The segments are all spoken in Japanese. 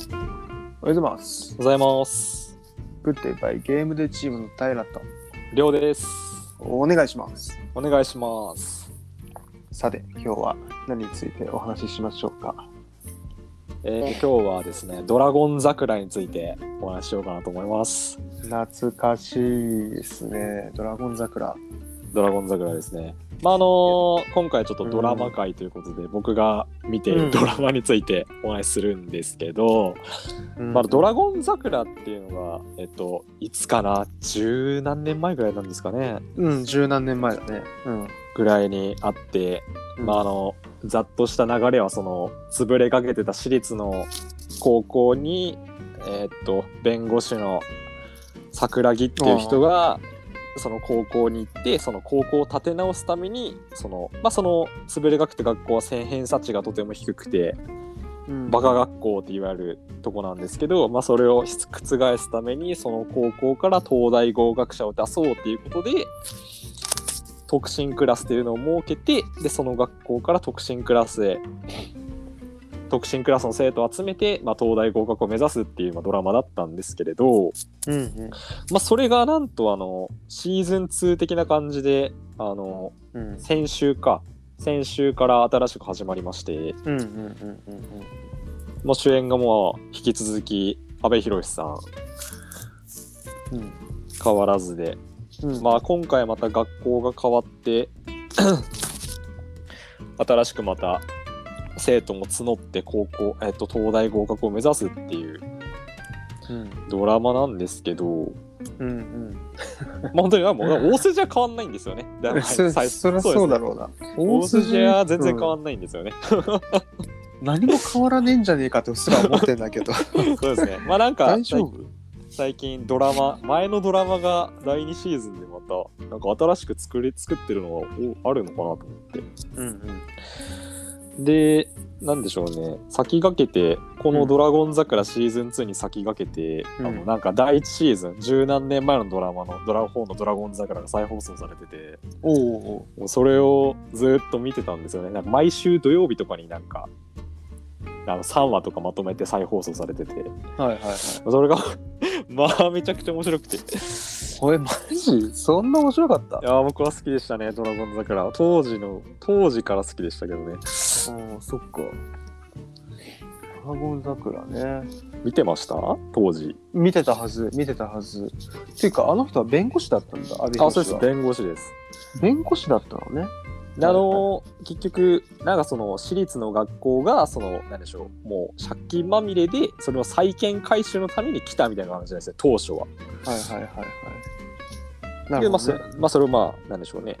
おはようございます。ございます。グッデイバイゲームでチームの平とりょうです。お願いします。お願いします。さて、今日は何についてお話ししましょうか。えー今日はですね、ドラゴン桜についてお話ししようかなと思います。懐かしいですね。ドラゴン桜。ドラゴン桜ですね。まあ、あのー今回ちょっとドラマ会ということで、僕が見ているドラマについてお話しするんですけど、まあ、ドラゴン桜っていうのが、えっと、いつかな、十何年前ぐらいなんですかね、うん、十何年前だね。うん。ぐらいにあって、まあ、あのざっとした流れはその潰れかけてた私立の高校に、えーっと弁護士の桜木っていう人がその高校に行ってその高校を立て直すためにその,、まあ、その潰れかけた学校は先偏差値がとても低くてうんバカ学校って言われるとこなんですけど、まあ、それを覆すためにその高校から東大合格者を出そうっていうことで特進クラスっていうのを設けてでその学校から特進クラスへ特進クラスの生徒を集めて、まあ、東大合格を目指すっていう、まあ、ドラマだったんですけれうど、んうんまあ、それがなんとあのシーズン2的な感じであのうん先週か先週から新しく始まりまして。うんうんうんうんまあ、主演がもう引き続き阿部寛さんうん変わらずで、うんまあ、今回また学校が変わって 新しくまた生徒も募って高校、えっと、東大合格を目指すっていううんドラマなんですけど、うんまあ、本当になんかも う大筋は変わんないんですよね。だうかんらそ最そりゃそうだろろうな大筋は全然変うんわんないんですよね。何も変わらねえんじゃねえかってうっすら思ってんだけどそうですね。まあなんか大丈夫最近ドラマ前のドラマが第2シーズンでまたなんか新しく作り作ってるのがおあるのかなと思ってうんうんでなんでしょうね先駆けてこの「ドラゴン桜」シーズン2に先駆けて、うんあのなんか第1シーズン十何年前のドラマの「ドラフォーのドラゴン桜」が再放送されてて おうおうもうそれをずっと見てたんですよねなんか毎週土曜日とかになんかあの3話とかまとめて再放送されててはいはいはいそれが まあめちゃくちゃ面白くてこれマジそんな面白かったいやー僕は好きでしたね「ドラゴン桜」当時の当時から好きでしたけどねうん、そっか。ドラゴン桜ね。見てました当時見てたはず、見てたはず。っていうか、あの人は弁護士だったんだ、阿部あ寛そうですは弁護士です弁護士だったのね。であのー結局なんかその私立の学校がそのなんでしょうもう借金まみれでそれを債権回収のために来たみたいな話なんですよ当初ははいはいはいはい。なでるほまあそど、れね。まあそれをまあなんでしょうね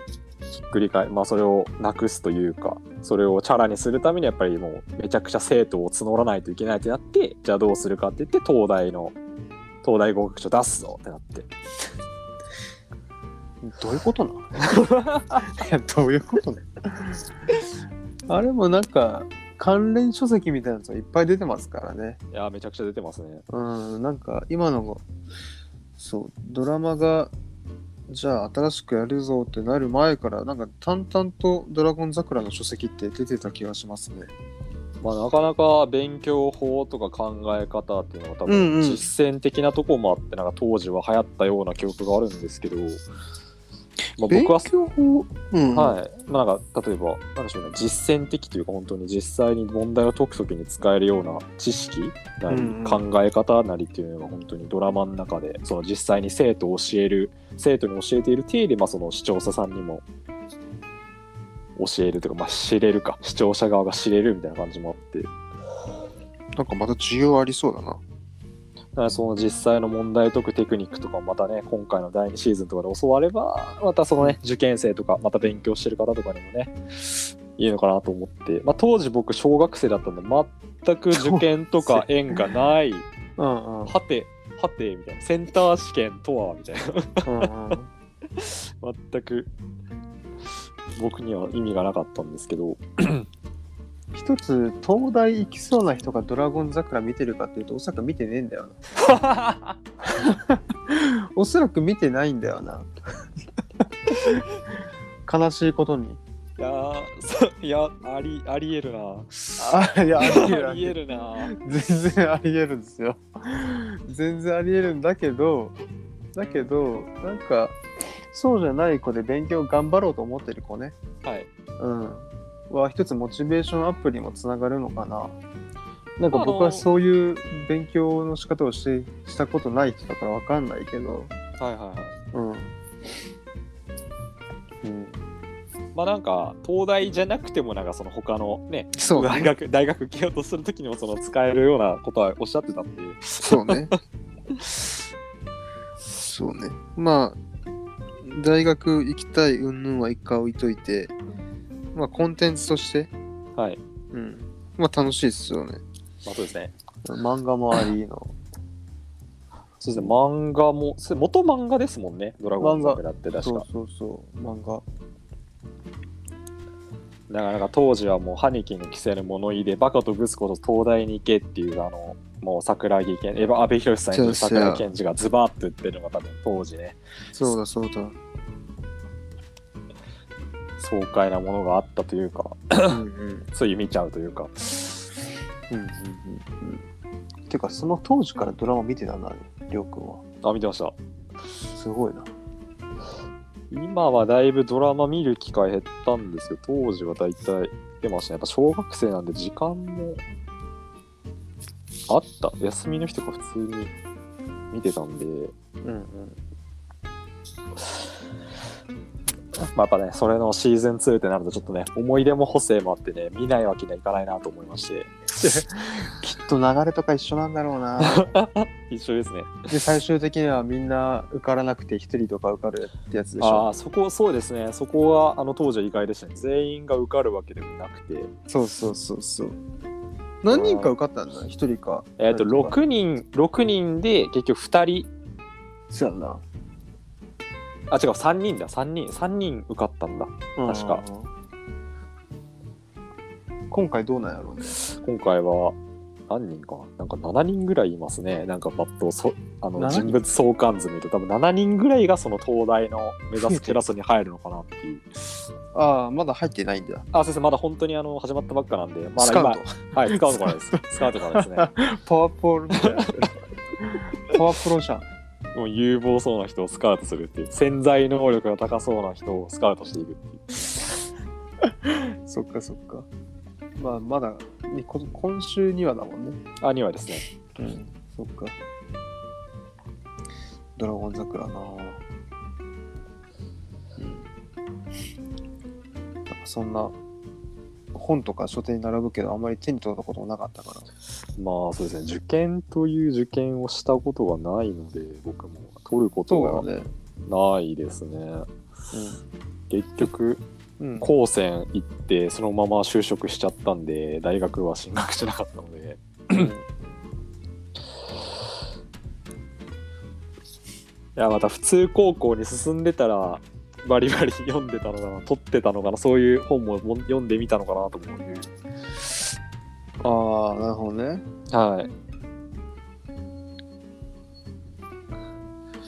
ひっくり返まあそれをなくすというかそれをチャラにするためにやっぱりもうめちゃくちゃ生徒を募らないといけないってなってじゃあどうするかって言って東大の東大合格書出すぞってなってどういうことなの いや、どういうことね。あれもなんか、関連書籍みたいなやつがいっぱい出てますからね。いやーめちゃくちゃ出てますねうん、なんか今のがそうドラマがじゃあ新しくやるぞってなる前からなんか淡々と「ドラゴン桜」の書籍って出てた気がしますね。まあなかなか勉強法とか考え方っていうのが多うんう分ん実践的なとこもあってなんか当時は流行ったような記憶があるんですけど、まあ、勉僕は強法、うんはい、まあ、なんか例えばなんでしょうね実践的というか本当に実際に問題を解くときに使えるような知識なり、うんうん考え方なりっていうのが本当にドラマの中でその実際に生徒を教える生徒に教えている体で、まあ、その視聴者さんにも教えるというか、まあ、知れるか視聴者側が知れるみたいな感じもあってなんかまた需要ありそうだな。だからその実際の問題解くテクニックとかもまたね今回の第2シーズンとかで教わればまたそのね受験生とかまた勉強してる方とかにもねいいのかなと思って、まあ、当時僕小学生だったんで全く受験とか縁がないうんうんはてはてみたいなセンター試験とはみたいなうん うん全く僕には意味がなかったんですけど一つ東大行きそうな人が「ドラゴン桜」見てるかっていうとおそらく見てねえんだよな。 おそらく見てないんだよな。悲しいことに。いやーそういやありありえるなあいやありえるありえるな全然ありえるんですよ全然ありえるんだけどだけどなんかそうじゃない子で勉強頑張ろうと思ってる子ねはいうんは一つモチベーションアップにもつながるのかななんか僕はそういう勉強の仕方をししたことない人だからわかんないけどはいはいはいうんうん、まあなんか東大じゃなくてもなんかその他のねそう大学 大学受けようとするときにもその使えるようなことはおっしゃってたっていうそうね。そうね。まあ、大学行きたい云々は一回置いといて、まあ、コンテンツとして、はいうん。まあ、楽しいですよね。まあそうですね漫画もあり の。そうですね漫画もそれ元漫画ですもんねドラゴン桜って確そうかそうそう、漫画。なかなか当時はもう歯に衣着せぬ物言いでバカとブスこと東大に行けっていうあのもう桜木健エヴァ阿部寛さん演じるそうそう桜木健二がズバッと言ってるのが多分当時ねそうだそうだ。爽快なものがあったというかうんうん。そういう見ちゃうというかうんうんうん。てか、その当時からドラマ見てたな、りょうくんは。あ見てましたすごいな。今はだいぶドラマ見る機会減ったんですけど、当時はだいたい出ましたね。やっぱ小学生なんで時間もあった。休みの日とか普通に見てたんで、うんうん。まあ、やっぱね、それのシーズン2ってなるとちょっとね、思い出も補正もあってね、見ないわけにはいかないなと思いまして、きっと流れとか一緒なんだろうな。一緒ですね。で最終的にはみんな受からなくて一人とか受かるってやつでしあょ あ、そこ、そうですね。そこはあの当時は意外でしたね。全員が受かるわけでもなくて、そうそうそうそう何人か受かったんだな一人かえっ、と、誰か6人、6人で結局2人、そうやんなあ、違う、3人だ、3人、3人受かったんだ。確かうん今回どうなんやろうね今回は何人かなんか7人ぐらいいますねなんかパッとそあの7人人物相関図見ると多分7人ぐらいがその東大の目指すクラスに入るのかなって いうああまだ入ってないんだあ先生まだ本当にあの始まったばっかなんでまスだカ今ウトはい使うところです使うところです ねパワーポールみたいな パワープロじゃんもう有望そうな人をスカウトするっていう潜在能力が高そうな人をスカウトしていくっていうそっかそっかまあまだにこ今週にはだもんねあにはですねうんそっかドラゴン桜なうんなんかそんな本とか書店に並ぶけどあんまり手に取ったこともなかったからまあそうですね受験という受験をしたことがないので僕も取ることそうがだねないですね結局うん、うん、高専行ってそのまま就職しちゃったんで大学は進学してなかったのでいやまた普通高校に進んでたらバリバリ読んでたのかな取ってたのかなそういう本もも読んでみたのかなと思うああなるほどねはい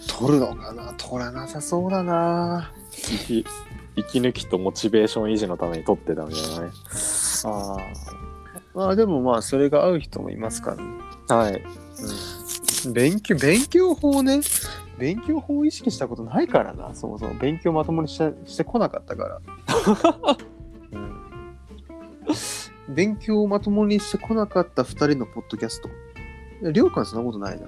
取るのかな取らなさそうだな息息抜きとモチベーション維持のために取ってたんじゃないあーまあでもまあそれが合う人もいますからねはい勉強勉強法ね勉強法を意識したことないからなそもそも勉強まともにしてしてこなかったからうん勉強をまともにしてこなかった2人のポッドキャストいやりょうかんそんなことないな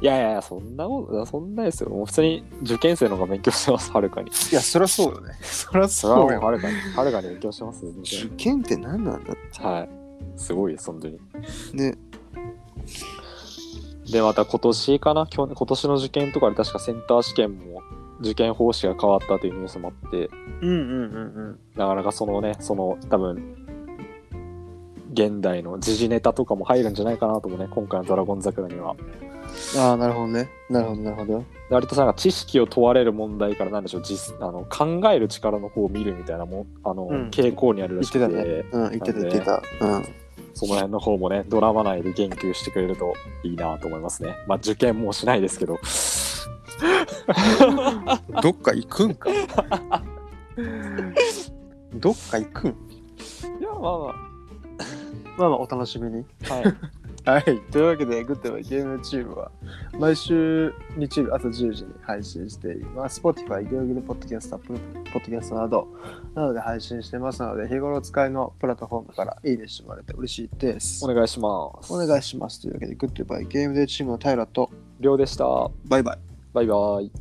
いやいやいやそんなことそんなですよもう普通に受験生の方が勉強してますはるかにいやそりゃそうよね そりゃそれはもそううよはるかにはるかに勉強してます全受然験って何なんだはいすごいです本当にねでまた今年かな去年今年の受験とかで確かセンター試験も受験方式が変わったというニュースもあってうんうんうんうんなかなかそのねその多分現代の時事ネタとかも入るんじゃないかなともね今回の「ドラゴン桜」にはああなるほどねなるほどなるほど割とさなんか知識を問われる問題からなんでしょう実あの考える力の方を見るみたいなもんあの、うん傾向にあるら言っしくててたねうん言ってた言ってたうんその辺の方もねドラマ内で言及してくれるといいなと思いますねまあ受験もしないですけど どっか行くんか。どっか行くんいやまあままあまあお楽しみに。あ はいはい。というわけで、グッドバイゲームチューブは、毎週日曜日朝10時に配信しています。Spotify、Google Podcast、Apple Podcast など、などで配信してますので、日頃お使いのプラットフォームからいいねしてもらえて嬉しいです。お願いしますお願いします。というわけで、グッドバイゲームでチームの平と、りょうでしたバイバイ。バイバイ